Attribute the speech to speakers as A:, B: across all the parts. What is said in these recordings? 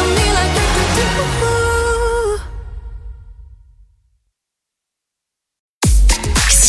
A: on me like do, do, do, do.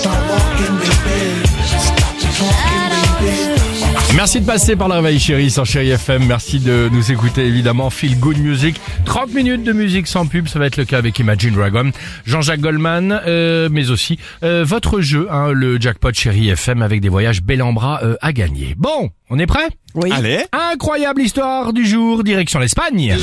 B: Start walking, baby. Start talking, baby.
C: Merci de passer par la réveil chérie sur Chérie FM. Merci de nous écouter évidemment. Feel Good Music. 30 minutes de musique sans pub, ça va être le cas avec Imagine Dragon, Jean-Jacques Goldman, euh, mais aussi euh, votre jeu, hein, le jackpot Chérie FM avec des voyages bel en bras euh, à gagner. Bon, on est prêt Oui. Allez. Incroyable histoire du jour, direction l'Espagne.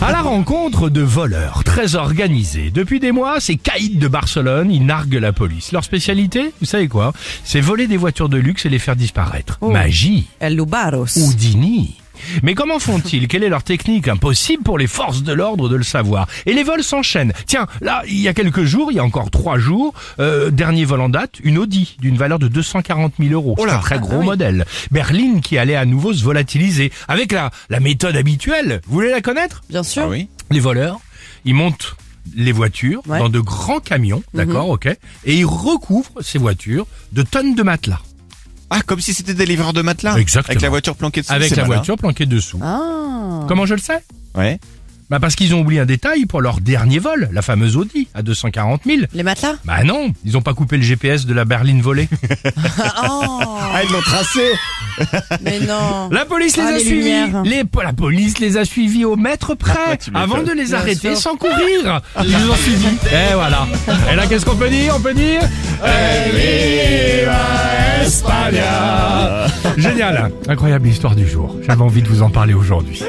C: à la rencontre de voleurs très organisés. Depuis des mois, ces caïds de Barcelone, ils narguent la police. Leur spécialité, vous savez quoi C'est voler des voitures de luxe et les faire disparaître. Magie
D: El Lubaros.
C: Houdini. Mais comment font-ils Quelle est leur technique Impossible pour les forces de l'ordre de le savoir. Et les vols s'enchaînent. Tiens, là, il y a quelques jours, il y a encore trois jours, euh, dernier vol en date, une Audi d'une valeur de 240 000 euros. C'est un très gros modèle. Berline qui allait à nouveau se volatiliser avec la, la méthode habituelle. Vous voulez la connaître
D: Bien sûr.
E: Ah
C: les voleurs, ils montent les voitures
D: Ouais.
C: dans de grands camions, d'accord, ok, et ils recouvrent ces voitures de tonnes de matelas.
F: Ah, comme si c'était des livreurs de matelas.
C: Exactement.
F: Avec la voiture planquée dessus.
C: avec
F: c'est
C: la
F: malin.
C: voiture planquée dessous.
D: Ah.
C: Comment je le sais
F: Ouais.
C: bah parce qu'ils ont oublié un détail pour leur dernier vol, la fameuse Audi à 240 000.
D: Les matelas
C: Bah non, ils ont pas coupé le GPS de la berline volée.
D: Oh,
F: Ah, ils l'ont tracé.
D: mais non.
C: La police les
D: Ah,
C: a
D: les
C: suivis.
D: lumières.
C: Les- la police les a suivis au mètre près
F: Ah, tu m'étonnes.
C: avant de les
D: Bien
C: arrêter
D: sûr. Ah,
C: sans courir. Ils nous ont suivis. Et voilà. Et là, qu'est-ce qu'on peut dire On peut dire
D: Eh
C: Eh Génial. Incroyable histoire du jour. J'avais envie de vous en parler aujourd'hui.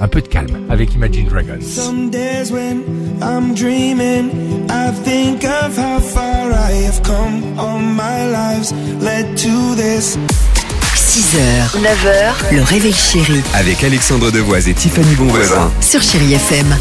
C: Un peu de calme avec Imagine Dragons.
B: Some days when I'm dreaming, I think of how far I have come. All my lives led to this.
G: 6h, 9h, le réveil chéri
E: Avec Alexandre Devoise et Tiffany Bonvoisin.
G: sur Chérie FM.